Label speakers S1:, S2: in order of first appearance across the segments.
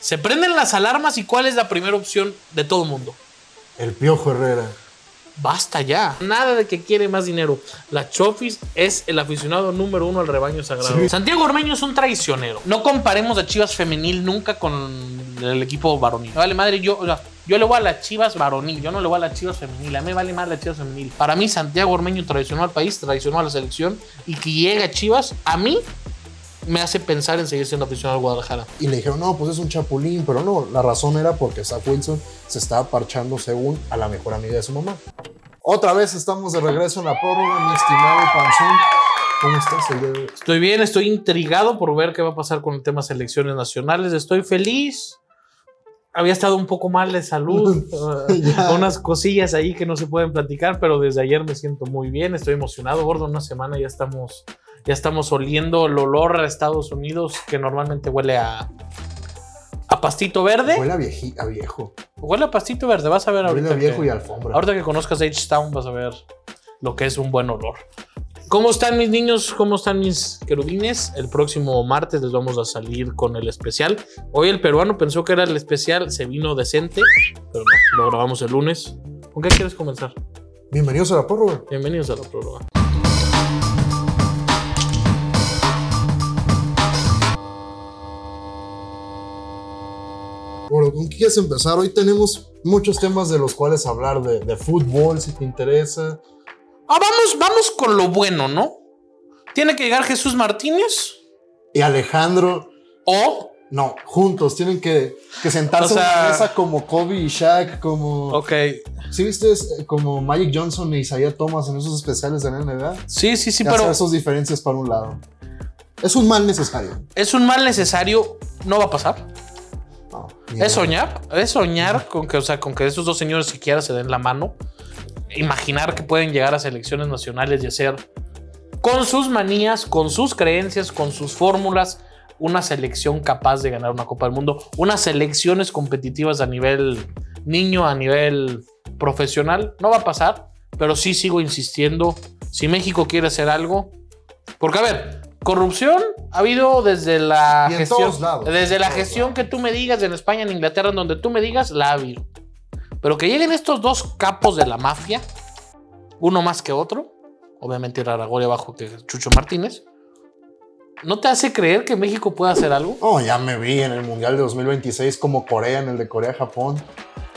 S1: Se prenden las alarmas y cuál es la primera opción de todo el mundo.
S2: El Piojo Herrera.
S1: Basta ya. Nada de que quiere más dinero. La Chofis es el aficionado número uno al rebaño sagrado.
S2: Sí.
S1: Santiago Ormeño es un traicionero. No comparemos a Chivas femenil nunca con el equipo varonil. Me Vale, madre, yo, o sea, yo le voy a las Chivas varonil. Yo no le voy a las Chivas femenil. A mí me vale más la Chivas femenil. Para mí, Santiago Ormeño traicionó al país, traicionó a la selección y que llegue a Chivas, a mí me hace pensar en seguir siendo aficionado al Guadalajara.
S2: Y le dijeron, no, pues es un chapulín, pero no, la razón era porque Zach Wilson se estaba parchando según a la mejor amiga de su mamá. Otra vez estamos de regreso en la prórroga, mi estimado Panzón. ¿Cómo estás el día de hoy?
S1: Estoy bien, estoy intrigado por ver qué va a pasar con el tema selecciones nacionales. Estoy feliz. Había estado un poco mal de salud, eh,
S2: Ya.
S1: con unas cosillas ahí que no se pueden platicar, pero desde ayer me siento muy bien, estoy emocionado, gordo. Una semana ya estamos, ya estamos oliendo el olor a Estados Unidos que normalmente huele a, a pastito verde.
S2: Huele a, vieji- a viejo.
S1: Huele a pastito verde, vas a ver ahorita.
S2: Huele a viejo
S1: que-
S2: y alfombra.
S1: Ahorita que conozcas H-Town vas a ver lo que es un buen olor. ¿Cómo están mis niños? ¿Cómo están mis querubines? El próximo martes les vamos a salir con el especial. Hoy el peruano pensó que era el especial, se vino decente, pero no, lo grabamos el lunes. ¿Con qué quieres comenzar?
S2: Bienvenidos a la prórroga.
S1: Bienvenidos a la prórroga.
S2: Bueno, ¿con qué quieres empezar? Hoy tenemos muchos temas de los cuales hablar, de, de fútbol, si te interesa.
S1: Ah, vamos, vamos con lo bueno, ¿no? Tiene que llegar Jesús Martínez
S2: Y Alejandro,
S1: o...
S2: no, juntos, tienen que, que sentarse
S1: O sea-
S2: en una mesa como Kobe y Shaq, como...
S1: Ok,
S2: ¿Sí viste eh, como Magic Johnson e Isaiah Thomas en esos especiales de la NBA?
S1: sí, sí, sí,
S2: Y hacer
S1: pero
S2: esas diferencias para un lado. Es un mal necesario.
S1: es un mal necesario, no va a pasar.
S2: No, ni
S1: Es
S2: idea.
S1: soñar, es soñar con que, o sea, con que esos dos señores siquiera se den la mano. Imaginar que pueden llegar a selecciones nacionales y hacer con sus manías, con sus creencias, con sus fórmulas, una selección capaz de ganar una Copa del Mundo, unas selecciones competitivas a nivel niño, a nivel profesional. No va a pasar, pero sí sigo insistiendo. Si México quiere hacer algo, porque a ver, corrupción ha habido desde la
S2: Y en
S1: gestión,
S2: todos lados,
S1: desde
S2: en
S1: la
S2: todos
S1: gestión que tú me digas en España, en Inglaterra, en donde tú me digas, la ha habido. Pero que lleguen estos dos capos de la mafia, uno más que otro, obviamente Raragori abajo que Chucho Martínez, ¿no te hace creer que México pueda hacer algo?
S2: Oh, ya me vi en el Mundial de 2026 como Corea, en el de Corea-Japón,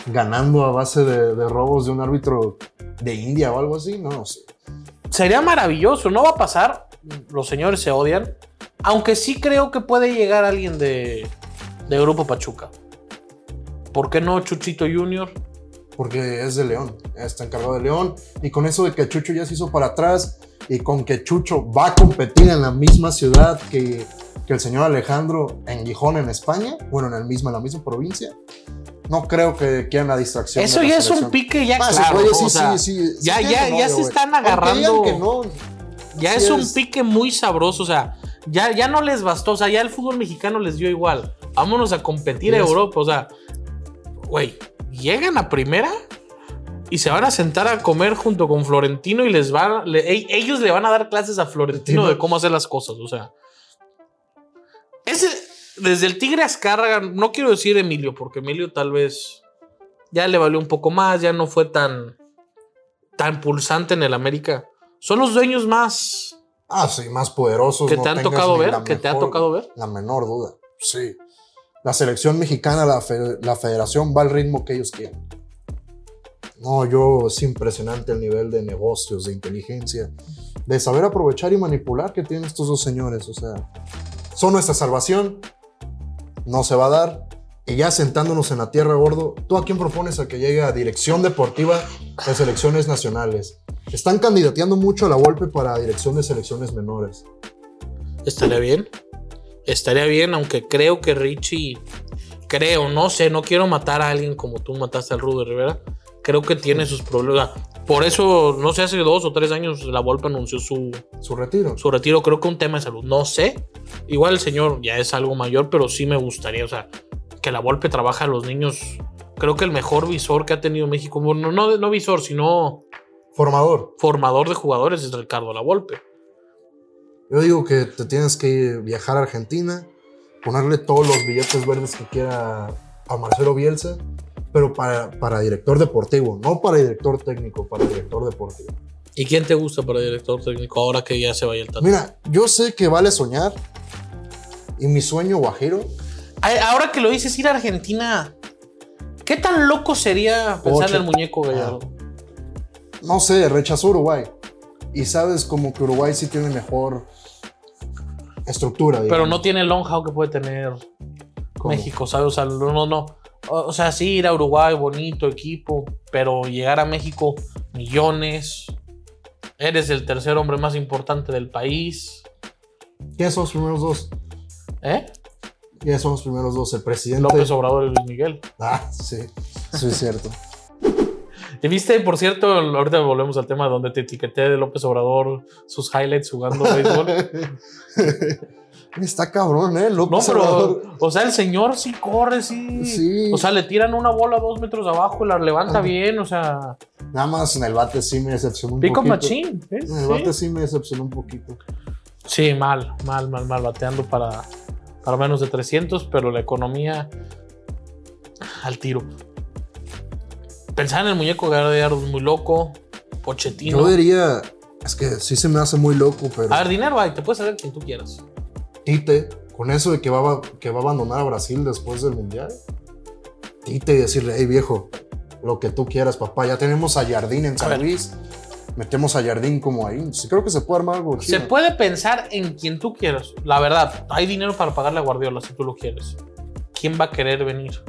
S2: ganando a base de, de robos de un árbitro de India o algo así. No, no sé.
S1: Sería maravilloso, no va a pasar, los señores se odian, aunque sí creo que puede llegar alguien de, de Grupo Pachuca. ¿Por qué no Chuchito Junior?
S2: Porque es de León, está encargado de León. Y con eso de que Chucho ya se hizo para atrás y con que Chucho va a competir en la misma ciudad que, que el señor Alejandro en Gijón, en España, bueno, en, el mismo, en la misma provincia, no creo que quieran la distracción. de
S1: Eso
S2: la
S1: ya es un
S2: selección.
S1: pique ya
S2: Ah, esos
S1: claro.
S2: güeyes
S1: ¿no?
S2: sí,
S1: O sea,
S2: sí, sí, sí
S1: ya-
S2: tienen
S1: ya- ya
S2: novia,
S1: se
S2: güey.
S1: están
S2: Aunque
S1: agarrando-
S2: digan que no,
S1: Ya
S2: sí
S1: es un pique muy sabroso, o sea, ya, ya no les bastó, o sea, ya el fútbol mexicano les dio igual. Vámonos a competir a
S2: Yes.
S1: Europa, o sea, güey, llegan a primera y se van a sentar a comer junto con Florentino y les van, le- e- ellos le van a dar clases a Florentino
S2: Florentino.
S1: de cómo hacer las cosas, o sea. Ese, desde el Tigre Azcárraga, no quiero decir Emilio, porque Emilio tal vez ya le valió un poco más, ya no fue tan, tan pulsante en el América. Son los dueños más
S2: Ah, sí, más poderosos.
S1: que
S2: Pues no
S1: te han
S2: tengas
S1: tocado
S2: ni
S1: ver,
S2: la
S1: que te ha
S2: mejor-
S1: tocado ver.
S2: La menor duda. Sí. La selección mexicana, la, fe- la federación va al ritmo que ellos quieren. No, yo es impresionante el nivel de negocios, de inteligencia, de saber aprovechar y manipular que tienen estos dos señores. O sea, son nuestra salvación, no se va a dar. Y ya sentándonos en la tierra, gordo, ¿tú a quién propones a que llegue a dirección deportiva de selecciones nacionales? Están candidateando mucho a la golpe para dirección de selecciones menores.
S1: Estaría bien. Estaría bien, aunque creo que Richie, creo, no sé, no quiero matar a alguien como tú mataste al Rudo Rivera. Creo que tiene sus problemas. Por eso, no sé, hace dos o tres años la Volpe anunció su,
S2: Su retiro.
S1: su retiro, creo que un tema de salud, no sé. Igual el señor ya es algo mayor, pero sí me gustaría, o sea, que la Volpe trabaja a los niños. Creo que el mejor visor que ha tenido México, bueno, no, no visor, sino
S2: Formador.
S1: formador de jugadores es Ricardo La Volpe.
S2: Yo digo que te tienes que viajar a Argentina, ponerle todos los billetes verdes que quiera a Marcelo Bielsa, pero para, para director deportivo, no para director técnico, para director deportivo.
S1: ¿Y quién te gusta para director técnico ahora que ya se vaya el Tata?
S2: Mira, yo sé que vale soñar y mi sueño guajiro,
S1: Ay, Ahora que lo dices, ir a Argentina. ¿Qué tan loco sería pensar
S2: Ocho.
S1: en el muñeco Gallardo?
S2: no sé, rechazó Uruguay. Y sabes como que Uruguay sí tiene mejor estructura.
S1: Pero
S2: digamos.
S1: no tiene el know-how que puede tener
S2: Como-
S1: México, ¿sabes? O sea, no, no, no. O o sea, sí, ir a Uruguay, bonito equipo, pero llegar a México, millones. Eres el tercer hombre más importante del país.
S2: ¿Quiénes son los primeros dos?
S1: ¿Eh?
S2: ¿Quiénes son los primeros dos? El presidente.
S1: López Obrador y Luis Miguel.
S2: Ah, sí, sí es cierto.
S1: Y viste, por cierto, ahorita volvemos al tema donde te etiqueté de López Obrador, sus highlights jugando béisbol.
S2: Está cabrón, ¿eh?
S1: No,
S2: López Obrador.
S1: pero, o sea, el señor sí corre, sí.
S2: Sí.
S1: O sea, le tiran una bola dos metros abajo y la levanta bien, o sea,
S2: Nada más en el bate sí me decepcionó un
S1: pico
S2: poquito.
S1: machín. ¿eh?
S2: En el bate sí me decepcionó un poquito.
S1: Sí, Sí, mal, mal, mal, mal, bateando para, para menos de 300, pero la economía al tiro. Pensar en el muñeco Gallardo es muy loco,
S2: Yo
S1: Pochettino.
S2: diría, es que sí se me hace muy loco, pero
S1: A ver, dinero hay, te puedes saber quien tú quieras.
S2: Tite, con eso de que va, a- que va a abandonar a Brasil después del Mundial, Tite y decirle, hey viejo, lo que tú quieras, papá, ya tenemos a Jardín en
S1: A
S2: San
S1: ver.
S2: Luis, metemos a Jardín como ahí. Sí, creo que se puede armar algo.
S1: Se
S2: chido.
S1: puede pensar en quien tú quieras. La verdad, hay dinero para pagarle a Guardiola si tú lo quieres. ¿Quién va a querer venir?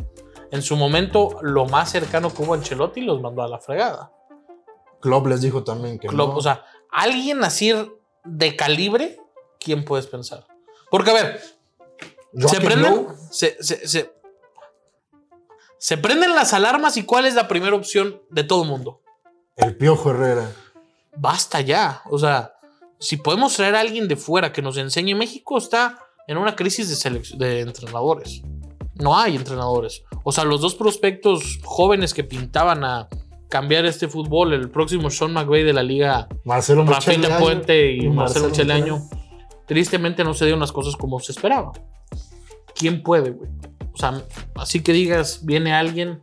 S1: En su momento, lo más cercano que hubo a Ancelotti los mandó a la fregada.
S2: Klopp les dijo también que
S1: Klopp,
S2: no.
S1: O sea, alguien así de calibre, ¿quién puedes pensar? Porque, a ver, se
S2: Joaquín
S1: prenden,
S2: Lowe,
S1: se, se- se- se prenden las alarmas y cuál es la primera opción de todo el mundo.
S2: el Piojo Herrera.
S1: basta ya. O sea, si podemos traer a alguien de fuera que nos enseñe, México está en una crisis de, selec- de entrenadores. No hay entrenadores. O sea, los dos prospectos jóvenes que pintaban a cambiar este fútbol, el próximo Sean McVay de la liga,
S2: Marcelo
S1: Rafael
S2: Michele
S1: Puente
S2: Año
S1: y Marcelo
S2: Michele
S1: Cheleaño, tristemente no se dieron las cosas como se esperaba. ¿Quién puede, güey? O sea, así que digas, viene alguien,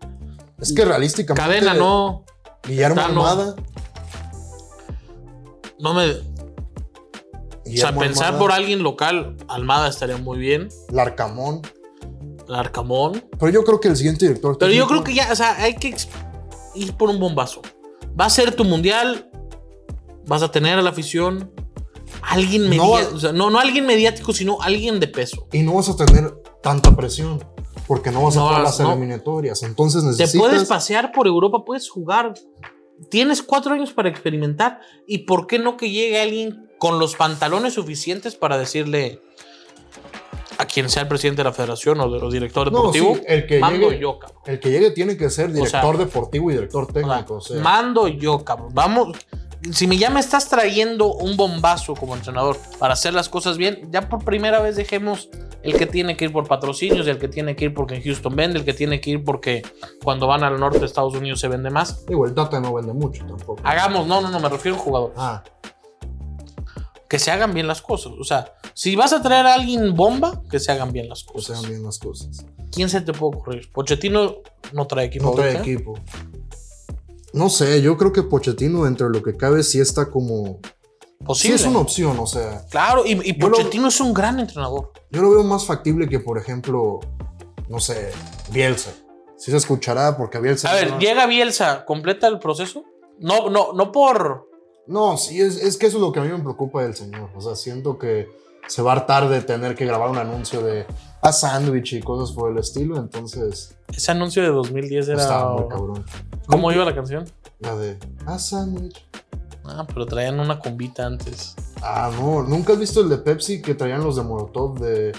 S2: Es que realísticamente.
S1: cadena, no,
S2: Guillermo
S1: Tano.
S2: Armada.
S1: no me, O sea,
S2: Guillermo
S1: pensar
S2: Armada,
S1: por alguien local, Almada estaría muy bien,
S2: Larcamón.
S1: Arcamón.
S2: Pero yo creo que el siguiente director.
S1: Pero yo creo
S2: técnico-
S1: que ya, o sea, hay que ex- ir por un bombazo. Va a ser tu mundial, vas a tener a la afición, alguien
S2: No
S1: mediático,
S2: va-
S1: no, o sea, no, no alguien mediático, sino alguien de peso.
S2: Y no vas a tener tanta presión. Porque no vas
S1: No
S2: a jugar
S1: vas-
S2: las
S1: no.
S2: eliminatorias. Entonces
S1: Te
S2: necesitas.
S1: puedes pasear por Europa, puedes jugar. Tienes cuatro años para experimentar y por qué no que llegue alguien con los pantalones suficientes para decirle a quien sea el presidente de la federación o, de- o director
S2: No, sí,
S1: deportivo,
S2: el que
S1: mando
S2: llegue-
S1: yo, cabrón.
S2: El que llegue tiene que ser director
S1: sea,
S2: deportivo y director técnico.
S1: O
S2: o
S1: sea,
S2: sea,
S1: Mando yo, cabrón. Vamos. Si me- ya me estás trayendo un bombazo como entrenador para hacer las cosas bien, ya por primera vez dejemos el que tiene que ir por patrocinios, el que tiene que ir porque en Houston vende, el que tiene que ir porque cuando van al norte de Estados Unidos se vende más.
S2: Digo, el Tata no vende mucho tampoco.
S1: Hagamos, no, no, no, me refiero a un jugador.
S2: Ah,
S1: Que se hagan bien las cosas. O sea, si vas a traer a alguien bomba, que se hagan bien las
S2: pues
S1: cosas.
S2: sean bien las cosas.
S1: ¿Quién se te puede ocurrir? Pochettino no trae equipo.
S2: No trae
S1: ahorita. ¿eh?
S2: equipo. No sé, yo creo que Pochettino, entre lo que cabe, sí está como. Sí
S1: Posible.
S2: es una opción, o sea.
S1: Claro, y, y
S2: Yo lo-
S1: Pochettino es un gran entrenador.
S2: Yo lo veo más factible que, por ejemplo, no sé, Bielsa. Sí se escuchará porque Bielsa.
S1: A ver,
S2: no,
S1: llega Bielsa, completa el proceso. No, no, no por.
S2: No, sí, es, es que eso es lo que a mí me preocupa del señor. O sea, siento que se va a hartar de tener que grabar un anuncio de a sándwich y cosas por el estilo. Entonces, pues,
S1: Ese anuncio de 2010 era.
S2: estaba muy cabrón.
S1: ¿Cómo iba la canción?
S2: La de a sándwich.
S1: Ah, pero traían una combita antes.
S2: Ah, no, nunca has visto el de Pepsi que traían los de Molotov de.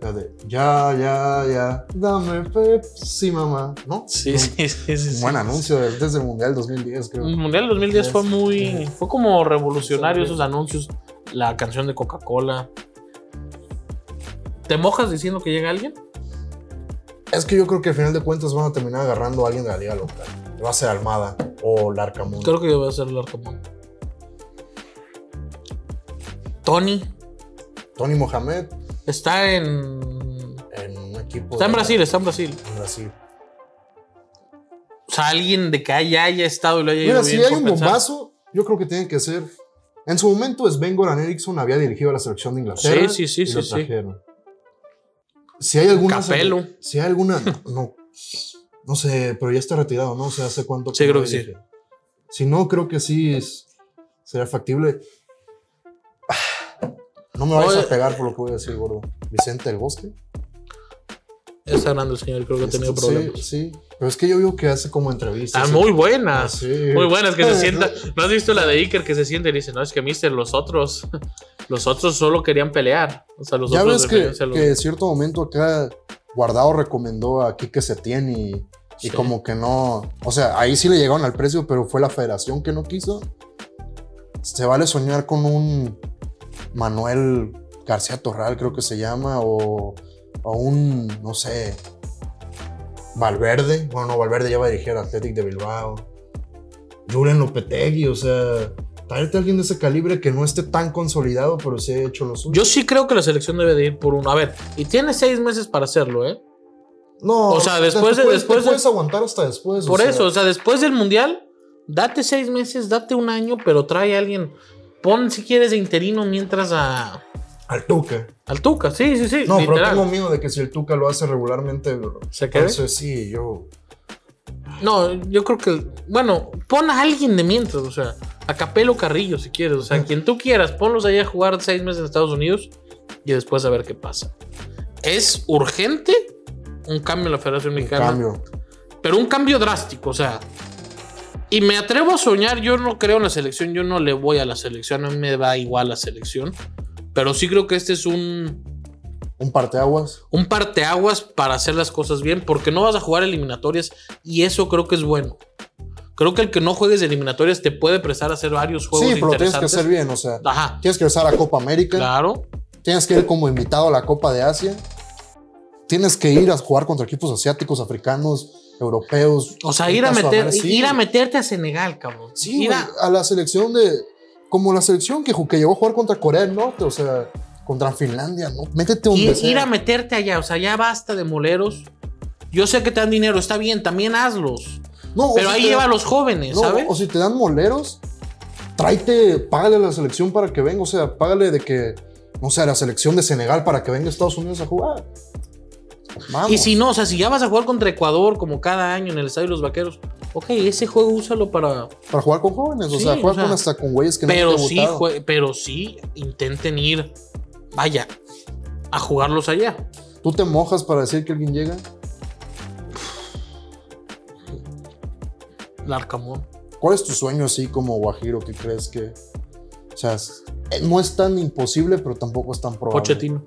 S2: La de ya, ya, ya, dame Pepsi, mamá. ¿No?
S1: Sí,
S2: Un-
S1: sí, sí, sí.
S2: un
S1: sí.
S2: buen anuncio del- desde el Mundial 2010, creo.
S1: El Mundial 2010 fue
S2: Sí.
S1: muy. Fue como revolucionario
S2: Sí.
S1: esos anuncios. La canción de Coca-Cola. ¿Te mojas diciendo que llega alguien?
S2: Es que yo creo que al final de cuentas van a terminar agarrando a alguien de la liga local. Va a ser Almada o Larcamón.
S1: Creo que yo voy a ser el arcamón. Tony
S2: Tony Mohamed.
S1: está en.
S2: equipo.
S1: Está en
S2: de-
S1: Brasil, está en Brasil.
S2: En Brasil.
S1: O sea, alguien de que haya, haya estado y lo haya ido
S2: Mira,
S1: bien.
S2: si hay
S1: por
S2: un
S1: pensar.
S2: bombazo, yo creo que tiene que ser. En su momento, Sven Goran Eriksson había dirigido a la selección de Inglaterra.
S1: Sí, sí, sí,
S2: y lo
S1: sí, sí.
S2: trajeron. Si hay alguna.
S1: Capello.
S2: Si hay alguna. No, no sé, pero ya está retirado, ¿no? O sea, hace cuánto.
S1: Sí,
S2: que no
S1: creo que sí.
S2: dirige. Si no, creo que sí es- será factible. Ah, No me vayas
S1: Oye.
S2: a pegar por lo que voy a decir, gordo. Vicente del Bosque.
S1: Está grande el señor, creo que ha tenido
S2: Este,
S1: problemas.
S2: Sí, sí. Pero es que yo digo que hace como entrevistas.
S1: Ah,
S2: y-
S1: muy buenas.
S2: Sí.
S1: Muy buenas que se sienta. ¿No has visto la de Iker que se siente y dice, no, es que Mister, los otros, los otros solo querían pelear. O sea, los
S2: Ya
S1: otros
S2: ves que,
S1: referirse a los-
S2: que en cierto momento acá Guardado recomendó a Quique Setién y, y
S1: Sí.
S2: como que no... O sea, ahí sí le llegaron al precio, pero fue la federación que no quiso. Se vale soñar con un Manuel García Torral, creo que se llama, o, o un, no sé, Valverde. Bueno, no, Valverde ya va a dirigir al Athletic de Bilbao. Julen Lopetegui, o sea... Traerte a alguien de ese calibre que no esté tan consolidado, pero sí haya hecho lo suyo.
S1: Yo sí creo que la selección debe de ir por uno. A ver, y tiene seis meses para hacerlo, ¿eh?
S2: No,
S1: O sea, después de-
S2: te
S1: después
S2: puedes,
S1: de-
S2: aguantar hasta después. o
S1: Por
S2: sea,
S1: eso, o sea, después del mundial, date seis meses, date un año, pero trae a alguien. Pon si quieres de interino mientras a.
S2: al Tuca.
S1: Al Tuca, sí, sí, sí.
S2: No, pero
S1: literal.
S2: tengo miedo de que si el Tuca lo hace regularmente.
S1: ¿Se quede?
S2: Entonces, sí, yo.
S1: No, yo creo que. Bueno, pon a alguien de mientras, o sea, a Capelo Carrillo si quieres, o sea, quien tú quieras, ponlos allá a jugar seis meses en Estados Unidos y después a ver qué pasa. Es urgente un cambio en la Federación
S2: En
S1: Mexicana.
S2: cambio.
S1: pero un cambio drástico, o sea. Y me atrevo a soñar, yo no creo en la selección, yo no le voy a la selección, a mí me da igual la selección, pero sí creo que este es un,
S2: Un parteaguas.
S1: un parteaguas para hacer las cosas bien, porque no vas a jugar eliminatorias y eso creo que es bueno. Creo que el que no juegues eliminatorias te puede prestar a hacer varios juegos
S2: Sí, pero tienes que
S1: interesantes.
S2: hacer bien. O sea,
S1: Ajá,
S2: tienes que regresar a Copa América.
S1: claro.
S2: Tienes que ir como invitado a la Copa de Asia. Tienes que ir a jugar contra equipos asiáticos, africanos, europeos.
S1: O sea, ir a,
S2: Sudamérica,
S1: meter,
S2: sí.
S1: ir a meterte a Senegal, cabrón.
S2: Sí,
S1: Ir
S2: güey,
S1: a-
S2: a la selección de. Como la selección que, ju- que llegó a jugar contra Corea del Norte, o sea, contra Finlandia, ¿no? Métete un.
S1: ir, ir a meterte allá, o sea, ya basta de moleros. Yo sé que te dan dinero, está bien, también hazlos.
S2: No, o
S1: Pero
S2: si
S1: ahí
S2: te-
S1: lleva a los jóvenes,
S2: no,
S1: ¿sabes?
S2: O si te dan moleros, tráete, págale a la selección para que venga. O sea, págale de que, no sé, a la selección de Senegal para que venga a Estados Unidos a jugar. Vamos.
S1: y si no, o sea, si ya vas a jugar contra Ecuador como cada año en el Estadio de los Vaqueros, ok, ese juego úsalo para...
S2: Para jugar con jóvenes. O
S1: Sí,
S2: sea,
S1: o
S2: juega
S1: sea,
S2: con hasta con güeyes que no
S1: Pero
S2: han
S1: sí,
S2: debutado.
S1: jue- pero sí, intenten ir, vaya, a jugarlos allá.
S2: ¿Tú te mojas para decir que alguien llega?
S1: Larcamón.
S2: ¿Cuál es tu sueño así como Guajiro que crees que. O sea, es- eh, no es tan imposible, pero tampoco es tan probable.
S1: Pochettino.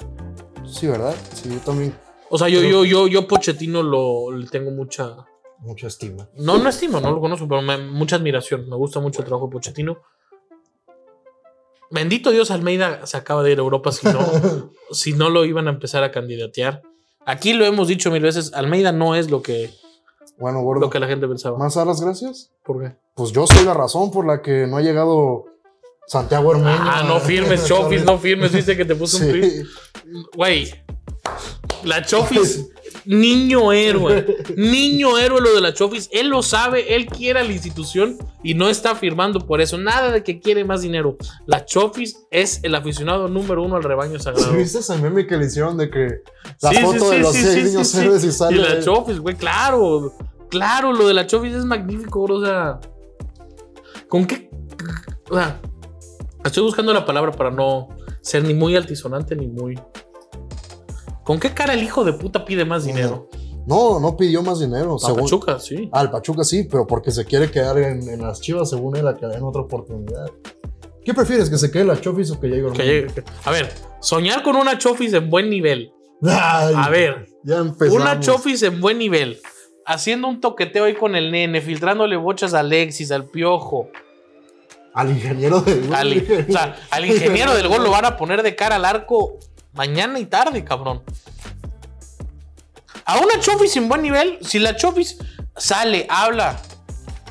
S2: Sí, ¿verdad? Sí, yo también.
S1: O sea, yo,
S2: Pero-
S1: yo, yo, yo Pochettino lo, le tengo mucha...
S2: Mucha estima.
S1: No, no estimo, no lo conozco, pero me- mucha admiración. Me gusta mucho el trabajo de Pochettino. Bendito Dios, Almeida se acaba de ir a Europa si no, si no lo iban a empezar a candidatear. Aquí lo hemos dicho mil veces, Almeida no es lo que,
S2: Bueno, gordo.
S1: lo que la gente pensaba.
S2: Más a las gracias.
S1: ¿Por qué?
S2: pues yo soy la razón por la que no ha llegado Santiago Hermoso.
S1: Ah, no firmes, Chofis, no firmes. Viste que te puso un tweet.
S2: Sí.
S1: Güey, la Chofis, niño héroe. Niño héroe lo de la Chofis. Él lo sabe, él quiere a la institución y no está firmando por eso. Nada de que quiere más dinero. La Chofis es el aficionado número uno al rebaño sagrado.
S2: ¿Sí ¿Viste ese meme que le hicieron de que la
S1: Sí, sí,
S2: foto
S1: sí,
S2: de los
S1: sí,
S2: seis
S1: sí,
S2: niños
S1: sí, sí.
S2: héroes y sale?
S1: Y la Chofis, güey, claro. Claro, lo de la Chofis es magnífico, bro, O sea, ¿con qué? O sea, estoy buscando la palabra para no ser ni muy altisonante ni muy. ¿Con qué cara el hijo de puta pide más dinero?
S2: No, no pidió más dinero.
S1: A
S2: según-
S1: Pachuca, sí.
S2: Ah, el Pachuca sí, pero porque se quiere quedar en, en las chivas según él a que le den otra oportunidad. ¿Qué prefieres, que se quede la Chofis o que llegue Ormeño?
S1: Que llegue- que- a ver, soñar con una Chofis en buen nivel.
S2: Ay,
S1: A ver,
S2: ya empezamos.
S1: una Chofis en buen nivel. Haciendo un toqueteo ahí con el nene, filtrándole bochas a Alexis, al piojo.
S2: Al ingeniero de...
S1: Al, o sea, al ingeniero del gol lo van a poner de cara al arco mañana y tarde, cabrón. A una Chofis en buen nivel, si la Chofis sale, habla,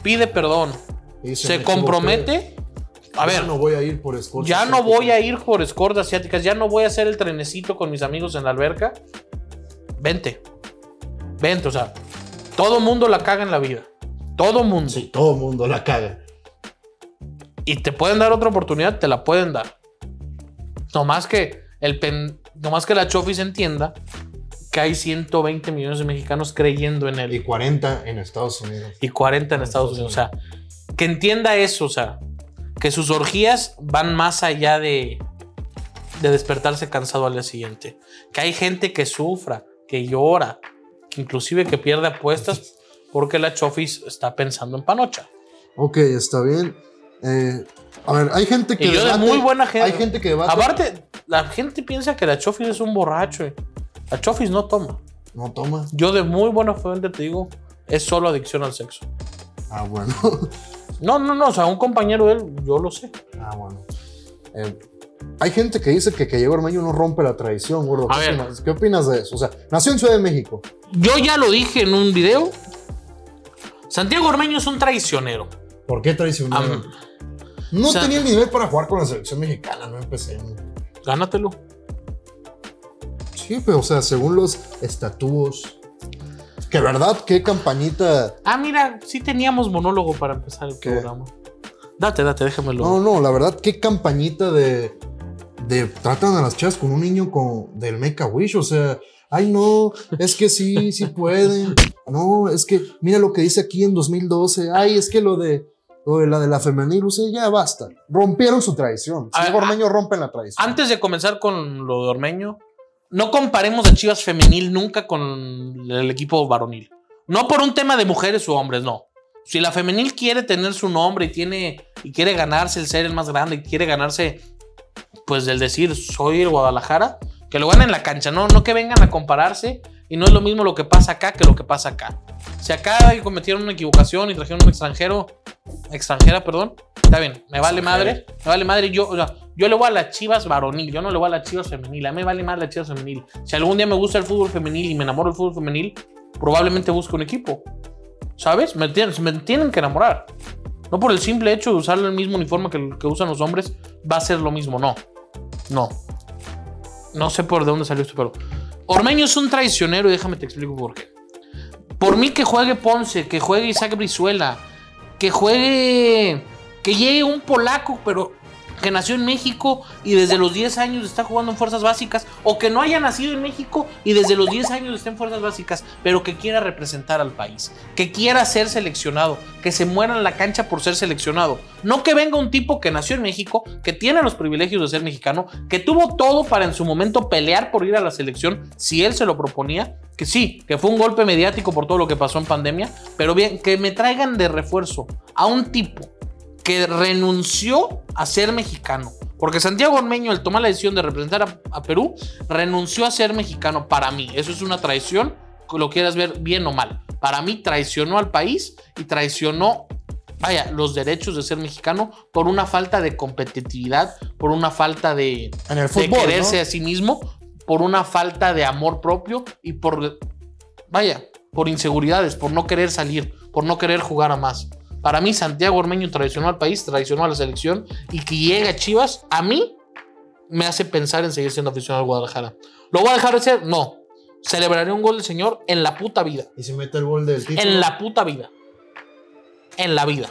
S1: pide perdón,
S2: Dice,
S1: se
S2: "Me equivoqué.
S1: compromete. A ver,
S2: Ya no voy a ir por escorts
S1: Ya no
S2: asiáticos".
S1: voy a ir por escorts asiáticas, ya no voy a hacer el trenecito con mis amigos en la alberca. vente. Vente, o sea, todo mundo la caga en la vida. Todo mundo.
S2: Sí, todo el mundo la caga.
S1: Y te pueden dar otra oportunidad, te la pueden dar. Nomás que, el pen- nomás que la Chofis entienda que hay 120 millones de mexicanos creyendo en él
S2: Y 40 en Estados Unidos.
S1: y 40 en Estados Unidos. O sea, que entienda eso, o sea, que sus orgías van más allá de, de despertarse cansado al día siguiente. Que hay gente que sufra, que llora, que inclusive que pierde apuestas porque la Chofis está pensando en Panocha.
S2: Ok, está bien. Eh, a ver, hay gente que.
S1: Y yo de
S2: debate-
S1: muy buena gente.
S2: Hay gente que debate.
S1: Aparte, la gente piensa que la Chofis es un borracho. eh. La Chofis no toma.
S2: No toma.
S1: Yo de muy buena fuente te digo, es solo adicción al sexo.
S2: Ah, bueno.
S1: No, no, no, o sea, un compañero de él, yo lo sé.
S2: ah, bueno. Eh, hay gente que dice que que llegó Ormeño no rompe la tradición, gordo.
S1: A
S2: ¿Qué
S1: ver.
S2: opinas? ¿Qué opinas de eso? O sea, nació en Ciudad de México.
S1: Yo ya lo dije en un video. Santiago Ormeño es un traicionero.
S2: ¿Por qué traicionaron?
S1: Am-
S2: no
S1: o sea-
S2: tenía el nivel para jugar con la selección mexicana, no empecé.
S1: Gánatelo.
S2: Sí, pero o sea, según los estatutos. Que verdad, qué campañita.
S1: Ah, mira, sí teníamos monólogo para empezar el
S2: ¿Qué?
S1: programa. Date, date, déjamelo.
S2: No, no, la verdad, qué campañita de. de tratan a las chas con un niño con, del Make a Wish. O sea, ay, no, es que sí, sí pueden. No, es que mira lo que dice aquí en 2012. Ay, es que lo de. Lo de la de la femenil, o sea, ya basta. Rompieron su traición.
S1: A
S2: Sí,
S1: ver,
S2: Ormeño rompen la traición.
S1: Antes de comenzar con lo de Ormeño, no comparemos a Chivas femenil nunca con el equipo varonil. No por un tema de mujeres u hombres, no. Si la femenil quiere tener su nombre y tiene y quiere ganarse el ser el más grande y quiere ganarse pues del decir soy el Guadalajara, que lo ganen en la cancha, no no que vengan a compararse y no es lo mismo lo que pasa acá que lo que pasa acá. Si acá cometieron una equivocación y trajeron un extranjero, extranjera, perdón, está bien, me vale madre, me vale madre. Yo, o sea, yo le voy a las chivas varonil, yo no le voy a las chivas femenil, a mí me vale más las chivas femenil. Si algún día me gusta el fútbol femenil y me enamoro del fútbol femenil, probablemente busque un equipo. ¿Sabes? Me tienen, me tienen que enamorar. No por el simple hecho de usar el mismo uniforme que, el que usan los hombres, va a ser lo mismo, no. No. No sé por de dónde salió esto, pero. Ormeño es un traicionero y déjame te explico por qué. Por mí que juegue Ponce, que juegue Isaac Brizuela, que juegue. Que llegue un polaco, pero que nació en México y desde los 10 años está jugando en fuerzas básicas, o que no haya nacido en México y desde los 10 años está en fuerzas básicas, pero que quiera representar al país, que quiera ser seleccionado, que se muera en la cancha por ser seleccionado. No que venga un tipo que nació en México, que tiene los privilegios de ser mexicano, que tuvo todo para en su momento pelear por ir a la selección si él se lo proponía, que sí, que fue un golpe mediático por todo lo que pasó en pandemia, pero bien, que me traigan de refuerzo a un tipo que renunció a ser mexicano. Porque Santiago Ormeño, al tomar la decisión de representar a, a Perú, renunció a ser mexicano para mí. Eso es una traición, que lo quieras ver bien o mal. Para mí traicionó al país y traicionó, vaya, los derechos de ser mexicano por una falta de competitividad, por una falta de,
S2: en el
S1: de
S2: fútbol. ¿no?
S1: quererse a sí mismo, por una falta de amor propio y por, vaya, por inseguridades, por no querer salir, por no querer jugar a más. Para mí, Santiago Ormeño traicionó al país, traicionó a la selección y que llegue a Chivas, a mí me hace pensar en seguir siendo aficionado al Guadalajara. ¿Lo voy a dejar de ser? No. Celebraré un gol del señor en la puta vida.
S2: Y se mete el gol del título.
S1: En la puta vida. En la vida.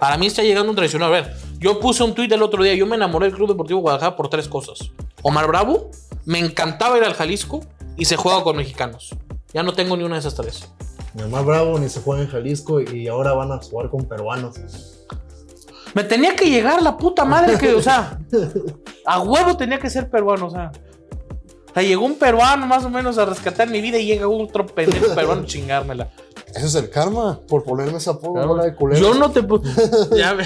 S1: Para mí está llegando un traicionero. A ver, yo puse un tuit el otro día. Yo me enamoré del Club Deportivo Guadalajara por tres cosas. Omar Bravo, me encantaba ir al Jalisco y se juega con mexicanos. Ya no tengo ni una de esas tres.
S2: Ni más Bravo ni se juega en Jalisco y ahora van a jugar con peruanos.
S1: Me tenía que llegar la puta madre que, o sea, a huevo tenía que ser peruano, o sea. O sea, llegó un peruano más o menos a rescatar mi vida y llega otro pendejo peruano a chingármela.
S2: Ese es el karma por ponerme esa apodo, bola de culero.
S1: Yo no te pu- Ya me-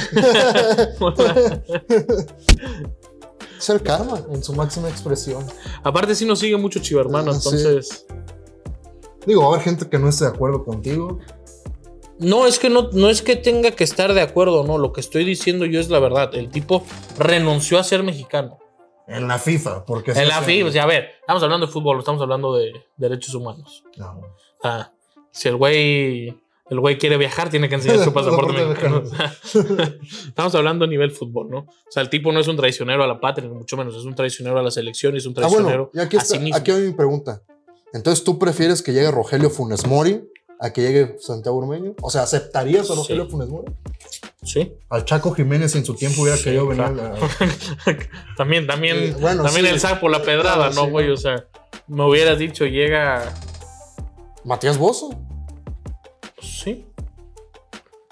S2: Es el karma en su máxima expresión.
S1: Aparte sí nos sigue mucho Chiva hermano,
S2: Ah, sí.
S1: entonces.
S2: Digo, va a haber gente que no esté de acuerdo contigo.
S1: No, es que no, no es que tenga que estar de acuerdo, no. Lo que estoy diciendo yo es la verdad. El tipo renunció a ser mexicano.
S2: En la FIFA, porque...
S1: en la
S2: sí,
S1: FIFA, o sea, a ver, estamos hablando de fútbol, estamos hablando de derechos humanos.
S2: No, güey.
S1: Ah, si el güey, el güey quiere viajar, tiene que enseñar su pasaporte
S2: Pasaporte
S1: mexicano. estamos hablando a nivel fútbol, ¿no? O sea, el tipo no es un traicionero a la patria, ni mucho menos. Es un traicionero a la selección y es un
S2: Ah, bueno,
S1: traicionero
S2: y aquí,
S1: a
S2: está,
S1: sí mismo.
S2: aquí hay mi pregunta. Entonces, ¿tú prefieres que llegue Rogelio Funes Mori a que llegue Santiago Ormeño? O sea, ¿aceptarías a Rogelio
S1: Sí.
S2: Funes Mori?
S1: Sí.
S2: Al Chaco Jiménez en su tiempo hubiera
S1: Sí,
S2: querido venir.
S1: claro.
S2: a-
S1: también, también,
S2: Eh, bueno,
S1: también
S2: sí.
S1: el sapo, la pedrada,
S2: Claro,
S1: ¿no,
S2: sí,
S1: güey?
S2: ¿no?
S1: O sea, me hubieras dicho, llega.
S2: Matías Bozo,
S1: pues, Sí.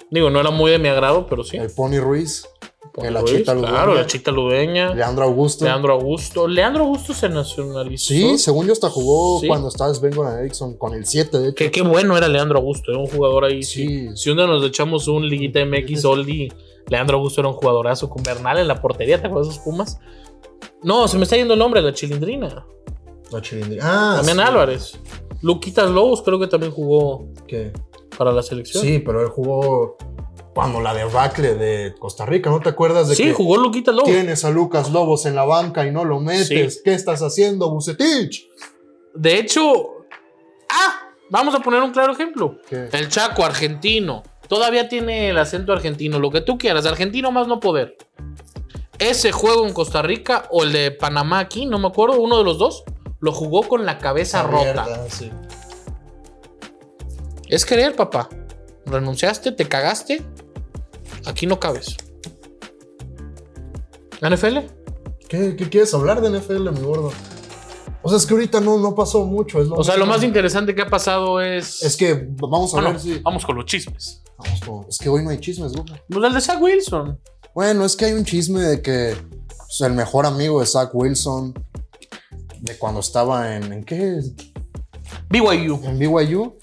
S1: Digo, no era muy de mi agrado, pero sí.
S2: el Pony Ruiz,
S1: Por
S2: el
S1: Luis,
S2: Achita Ludueña.
S1: Claro, la chita Ludeña.
S2: Leandro Augusto.
S1: Leandro Augusto. Leandro Augusto se nacionalizó.
S2: Sí, según yo hasta jugó
S1: Sí.
S2: cuando estaba Sven Goran Eriksson con el 7, de hecho.
S1: Que qué bueno era Leandro Augusto, era un jugador ahí.
S2: Sí.
S1: Si, si un día nos echamos un Liguita MX Oldie, Leandro Augusto era un jugadorazo con Bernal en la portería, ¿te acuerdas de esos Pumas? No, se me está yendo el nombre, la chilindrina.
S2: La chilindrina. Ah,
S1: También
S2: sí.
S1: Álvarez. Luquitas Lobos creo que también jugó
S2: Que-
S1: para la selección. Sí,
S2: Sí, pero él jugó cuando la debacle de Costa Rica, ¿no te acuerdas de que
S1: jugó Luquitas Lobos.
S2: tienes a Lucas Lobos en la banca y no lo metes?
S1: Sí.
S2: ¿Qué estás haciendo, Bucetich?
S1: De hecho, ah, vamos a poner un claro ejemplo.
S2: ¿Qué?
S1: El Chaco argentino. Todavía tiene el acento argentino, lo que tú quieras, argentino más no poder. Ese juego en Costa Rica o el de Panamá aquí, no me acuerdo, uno de los dos, lo jugó con la cabeza rota.
S2: Mierda, sí.
S1: Es querer, papá. Renunciaste, te cagaste. Aquí no cabes. ¿NFL?
S2: ¿Qué, qué quieres hablar de NFL, mi gordo? O sea, es que ahorita no, no pasó mucho. Es lo
S1: O sea, lo más Ah,
S2: importante.
S1: interesante que ha pasado es.
S2: Es que vamos a
S1: Bueno,
S2: ver si.
S1: Vamos con los chismes.
S2: Vamos con- Es que hoy no hay chismes, güey.
S1: Pues el de Zach Wilson.
S2: Bueno, es que hay un chisme de que pues, el mejor amigo de Zach Wilson, de cuando estaba en. ¿En qué?
S1: BYU.
S2: En BYU.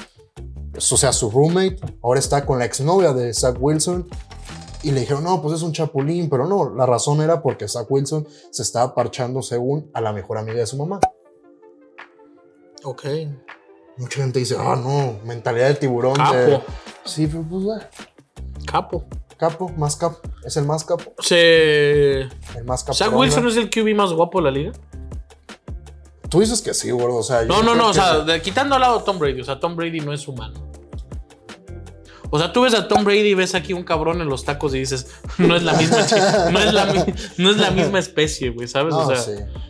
S2: pues, o sea, su roommate, ahora está con la exnovia de Zach Wilson. Y le dijeron, no, pues es un chapulín, pero no, la razón era porque Zach Wilson se estaba parchando según a la mejor amiga de su mamá.
S1: Ok.
S2: Mucha gente dice, ah, no, mentalidad de tiburón. de-
S1: Capo.
S2: Sí, pero pues, bueno,
S1: Capo.
S2: capo, más capo, es el más capo,
S1: Se.
S2: el más capo.
S1: Zach Wilson es el QB más guapo de la liga.
S2: Tú dices que sí, gordo, o sea. yo
S1: No, no,
S2: creo
S1: no. O
S2: que-
S1: sea, de- quitando al lado a Tom Brady. O sea, Tom Brady no es humano. O sea, tú ves a Tom Brady y ves aquí un cabrón en los tacos y dices, no es la misma, chi- no es la, mi- no es la misma especie, güey, ¿sabes?
S2: No,
S1: o sea,
S2: Ah, sí.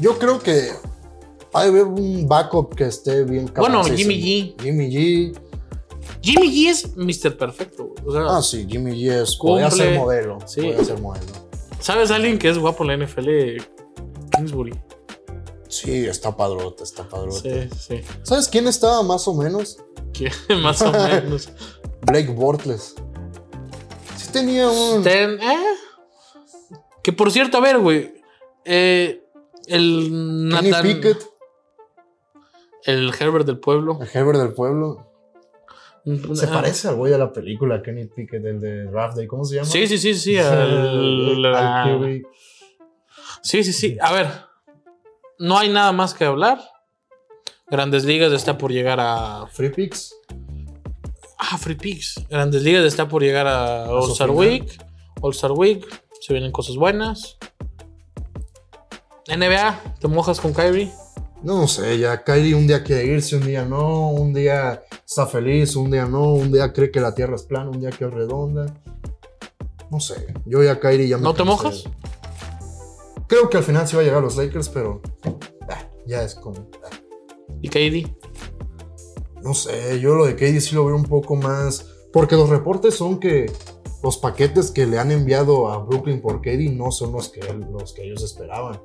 S2: Yo creo que ha de haber un backup que esté bien
S1: Bueno,
S2: cabroncísimo.
S1: Jimmy G.
S2: Jimmy G.
S1: Jimmy G es Mr. Perfecto. güey. O sea,
S2: Ah, sí, Jimmy G es. Podría
S1: Cumple.
S2: ser modelo.
S1: Sí.
S2: Podría ser modelo.
S1: ¿sabes alguien que es guapo en la NFL? Kingsbury.
S2: Sí, está padrota, está padrota.
S1: Sí, sí.
S2: ¿Sabes quién estaba más o menos?
S1: Que más o menos.
S2: Blake Bortles. Sí tenía un.
S1: Ten- ¿eh? Que por cierto, a ver, güey. eh, el
S2: Kenny
S1: Nathan.
S2: Pickett,
S1: El Herbert del pueblo.
S2: el Herbert del pueblo. Se
S1: Ah,
S2: parece al güey de la película Kenny Pickett, el de Draft Day. ¿Cómo se llama?
S1: Sí, sí, sí, sí. al-
S2: Al- al
S1: al-
S2: QB.
S1: sí, sí, sí. A ver. No hay nada más que hablar. Grandes Ligas está por llegar a.
S2: Free Picks.
S1: Ah, Free Picks. Grandes Ligas está por llegar a All
S2: su
S1: Star
S2: final.
S1: Week. All Star Week. Se vienen cosas buenas. NBA, te mojas con Kyrie.
S2: No sé, ya Kylie un día quiere irse, un día no, un día está feliz, un día no, un día cree que la tierra es plana, un día que es redonda. No sé, yo ya Kylie ya me
S1: ¿No te
S2: cansé.
S1: mojas?
S2: Creo que al final sí va a llegar a los Lakers, pero ah, ya es como. ah,
S1: Y Kyrie.
S2: no sé, yo lo de Kylie sí lo veo un poco más. Porque los reportes son que los paquetes que le han enviado a Brooklyn por Kylie no son los que, él- los que ellos esperaban.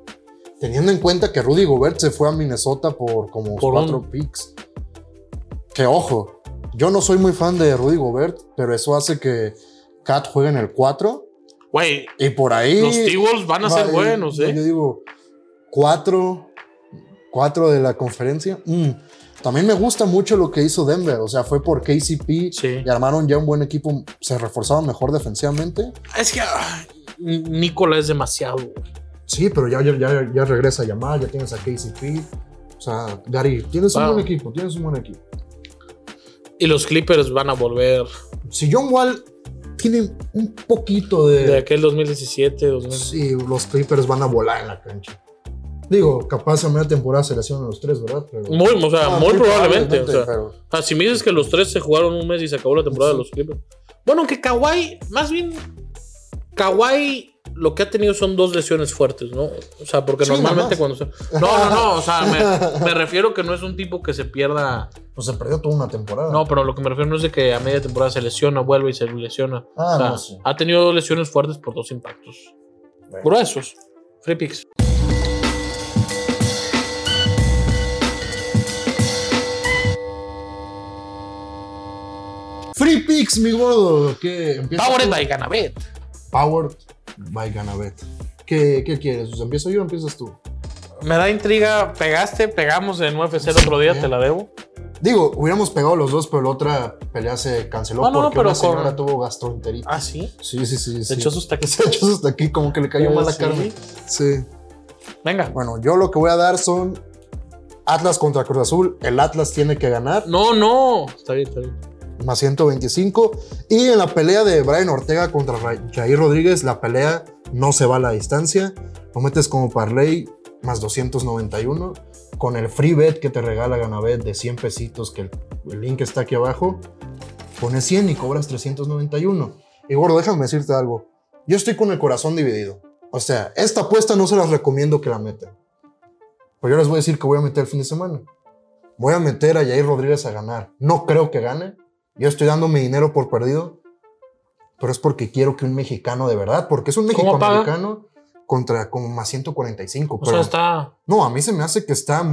S2: Teniendo en cuenta que Rudy Gobert se fue a Minnesota por como
S1: Por
S2: cuatro
S1: un-
S2: picks. Que ojo, yo no soy muy fan de Rudy Gobert, pero eso hace que Cat juegue en el 4
S1: Güey,
S2: y por ahí.
S1: los T-Wolves van a ser
S2: Va,
S1: buenos,
S2: yo-
S1: ¿eh?
S2: Yo digo, cuatro, cuatro de la conferencia. Mm. También me gusta mucho lo que hizo Denver. O sea, fue por KCP
S1: Sí.
S2: y armaron ya un buen equipo. Se reforzaron mejor defensivamente.
S1: Es que ah, Nicola es demasiado. güey.
S2: Sí, pero ya, ya, ya, ya regresa a llamar, ya tienes a KCP. O sea, Gary, tienes
S1: Wow.
S2: un buen equipo, tienes un buen equipo.
S1: Y los Clippers van a volver
S2: Si John Wall tiene un poquito de...
S1: de aquel 2017, 2000.
S2: Sí, los Clippers van a volar en la cancha. Digo, capaz en media temporada se lesionan los tres, ¿verdad? Pero-
S1: Muy, o sea,
S2: Ah,
S1: muy probablemente. O sea,
S2: pero-
S1: o sea, si me dices que los tres se jugaron un mes y se acabó la temporada de los Clippers. Bueno, que Kawhi, más bien. Kawhi lo que ha tenido son dos lesiones fuertes, ¿no? O sea, porque
S2: Sí,
S1: normalmente
S2: nada
S1: cuando se... No, no, no, o sea, me, me refiero que no es un tipo que se pierda...
S2: Pues se perdió toda una temporada.
S1: No, pero lo que me refiero no es de que a media temporada se lesiona, vuelve y se lesiona.
S2: Ah,
S1: O sea,
S2: no, sí.
S1: Ha tenido dos lesiones fuertes por dos impactos
S2: Bueno.
S1: gruesos. Free picks.
S2: Free picks, mi gordo. ¿Qué empieza?
S1: Powered by Ganabet.
S2: Powered by Ganabet. ¿Qué, ¿Qué quieres? Pues, ¿Empiezo yo o empiezas tú?
S1: Me da intriga, pegaste, pegamos en UFC el otro día,
S2: Sí.
S1: te la debo.
S2: Digo, hubiéramos pegado los dos, pero la otra pelea se canceló
S1: No, no, no,
S2: porque
S1: pero
S2: una señora
S1: con-
S2: tuvo gastroenteritis.
S1: Ah, sí.
S2: Sí, sí, sí.
S1: Se
S2: sí.
S1: echó sus taquitos.
S2: Se echó sus taquitos, como que le cayó
S1: Eh,
S2: mal la
S1: sí.
S2: carne. Sí.
S1: Venga.
S2: Bueno, yo lo que voy a dar son Atlas contra Cruz Azul. El Atlas tiene que ganar,
S1: No, no. Está bien, está bien.
S2: más 125. Y en la pelea de Brian Ortega contra Ra- Jair Rodríguez, la pelea no se va a la distancia. Lo metes como parlay, más 291. Con el free bet que te regala Ganabet de 100 pesitos, que el, el link está aquí abajo, pones 100 y cobras 391. Y gordo, déjame decirte algo. Yo estoy con el corazón dividido. O sea, esta apuesta no se las recomiendo que la metan. Pero yo les voy a decir que voy a meter el fin de semana. Voy a meter a Jair Rodríguez a ganar. No creo que gane. Yo estoy dando mi dinero por perdido. Pero es porque quiero que un mexicano de verdad, porque es un
S1: ¿Cómo paga?
S2: mexicoamericano contra como más 145.
S1: O
S2: pero
S1: sea, está.
S2: no, a mí se me hace que está,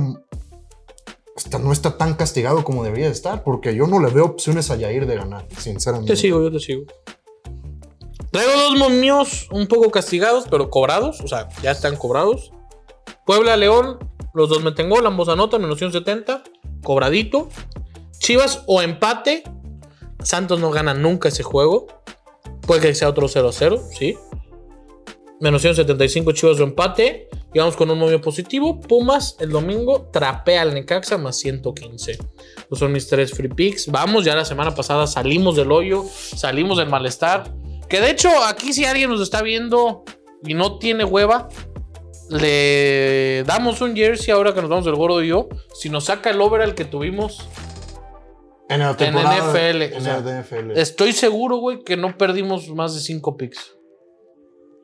S2: está- No está tan castigado como debería de estar, porque yo no le veo opciones a Jair de ganar, sinceramente.
S1: Te sigo, yo te sigo. Traigo dos mo- míos un poco castigados, pero cobrados. O sea, ya están cobrados. Puebla, León, los dos meten gol, ambos anotan, menos 170. Cobradito. Chivas o empate. Santos no gana nunca ese juego. Puede que sea otro 0-0, sí. Menos 175 Chivas o empate. Y vamos con un movimiento positivo. Pumas el domingo trapea al Necaxa más 115. Esos Pues son mis tres free picks. Vamos, ya la semana pasada salimos del hoyo, salimos del malestar. Que de hecho, aquí si alguien nos está viendo y no tiene hueva, le damos un jersey ahora que nos vamos del gordo y yo. Si nos saca el over al que tuvimos,
S2: En la temporada-
S1: NFL,
S2: En
S1: o sea,
S2: la NFL.
S1: estoy seguro, güey, que no perdimos más de cinco picks.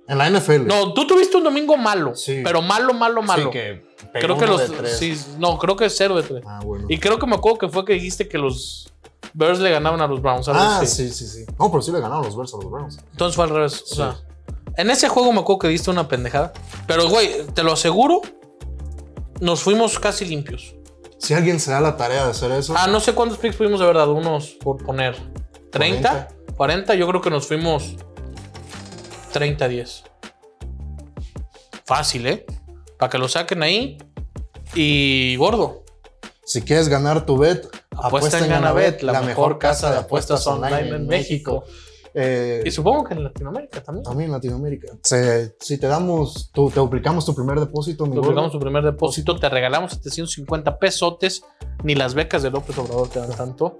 S2: En la NFL.
S1: No, tú tuviste un domingo malo,
S2: Sí.
S1: pero malo, malo,
S2: Sí,
S1: malo.
S2: que pegó
S1: creo que
S2: uno
S1: los.
S2: de tres.
S1: Sí, no, creo que cero de tres.
S2: Ah, bueno.
S1: Y creo que me acuerdo que fue que dijiste que los Bears le ganaban a los Browns. algo
S2: Ah,
S1: así.
S2: sí, sí, sí. No, pero sí le ganaron los Bears a los Browns.
S1: Entonces fue al revés. O
S2: Sí.
S1: sea, en ese juego me acuerdo que diste una pendejada. Pero, güey, te lo aseguro, nos fuimos casi limpios.
S2: Si alguien se da la tarea de hacer eso,
S1: Ah, no sé cuántos picks fuimos de verdad. Unos, por poner, 30, 40. Yo creo que nos fuimos 30, 10. Fácil, ¿eh? Para que lo saquen ahí. Y gordo.
S2: si quieres ganar tu bet, apuesta en Ganabet, la, mejor casa de apuestas online en México. Eh,
S1: Y supongo que en Latinoamérica también.
S2: también en Latinoamérica. Se- si te damos, tu- te duplicamos tu primer depósito, mi gordo.
S1: Duplicamos tu primer depósito, te regalamos 750 pesotes. Ni las becas de López Obrador te dan tanto.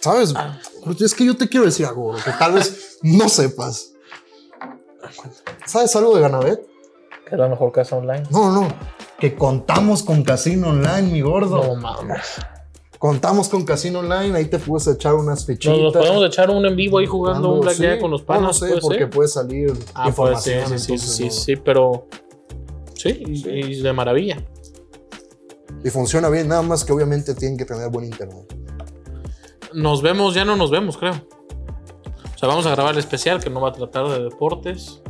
S2: ¿Sabes?
S1: Ah.
S2: Porque es que yo te quiero decir algo bro, que tal vez no sepas. ¿Sabes algo de Ganabet?
S1: Que es la mejor casa online.
S2: No, no. Que contamos con Casino Online, mi gordo.
S1: No mames.
S2: Contamos con Casino Online. Ahí te puedes echar unas
S1: Nos,
S2: fichitas.
S1: nos podemos echar un en vivo ahí jugando un blackjack
S2: sí. Ah,
S1: con los
S2: No,
S1: panos.
S2: No, sé,
S1: ¿puede
S2: porque
S1: ser?
S2: puede salir
S1: Ah, puede ser, sí, sí,
S2: entonces
S1: sí,
S2: no.
S1: sí, pero. Sí, y-
S2: Sí.
S1: y de maravilla.
S2: Y funciona bien, nada más que obviamente tienen que tener buen internet.
S1: Nos vemos, ya no nos vemos, creo. O sea, vamos a grabar el especial que no va a tratar de deportes.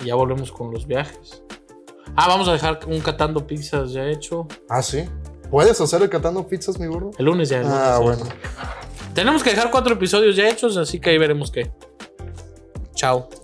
S1: Y ya volvemos con los viajes. Ah, vamos a dejar un catando pizzas ya hecho.
S2: Ah, sí. ¿Puedes hacer el catando pizzas, mi gordo?
S1: El lunes ya. el lunes
S2: Ah,
S1: ya.
S2: bueno.
S1: Tenemos que dejar cuatro episodios ya hechos, así que ahí veremos qué. Chao.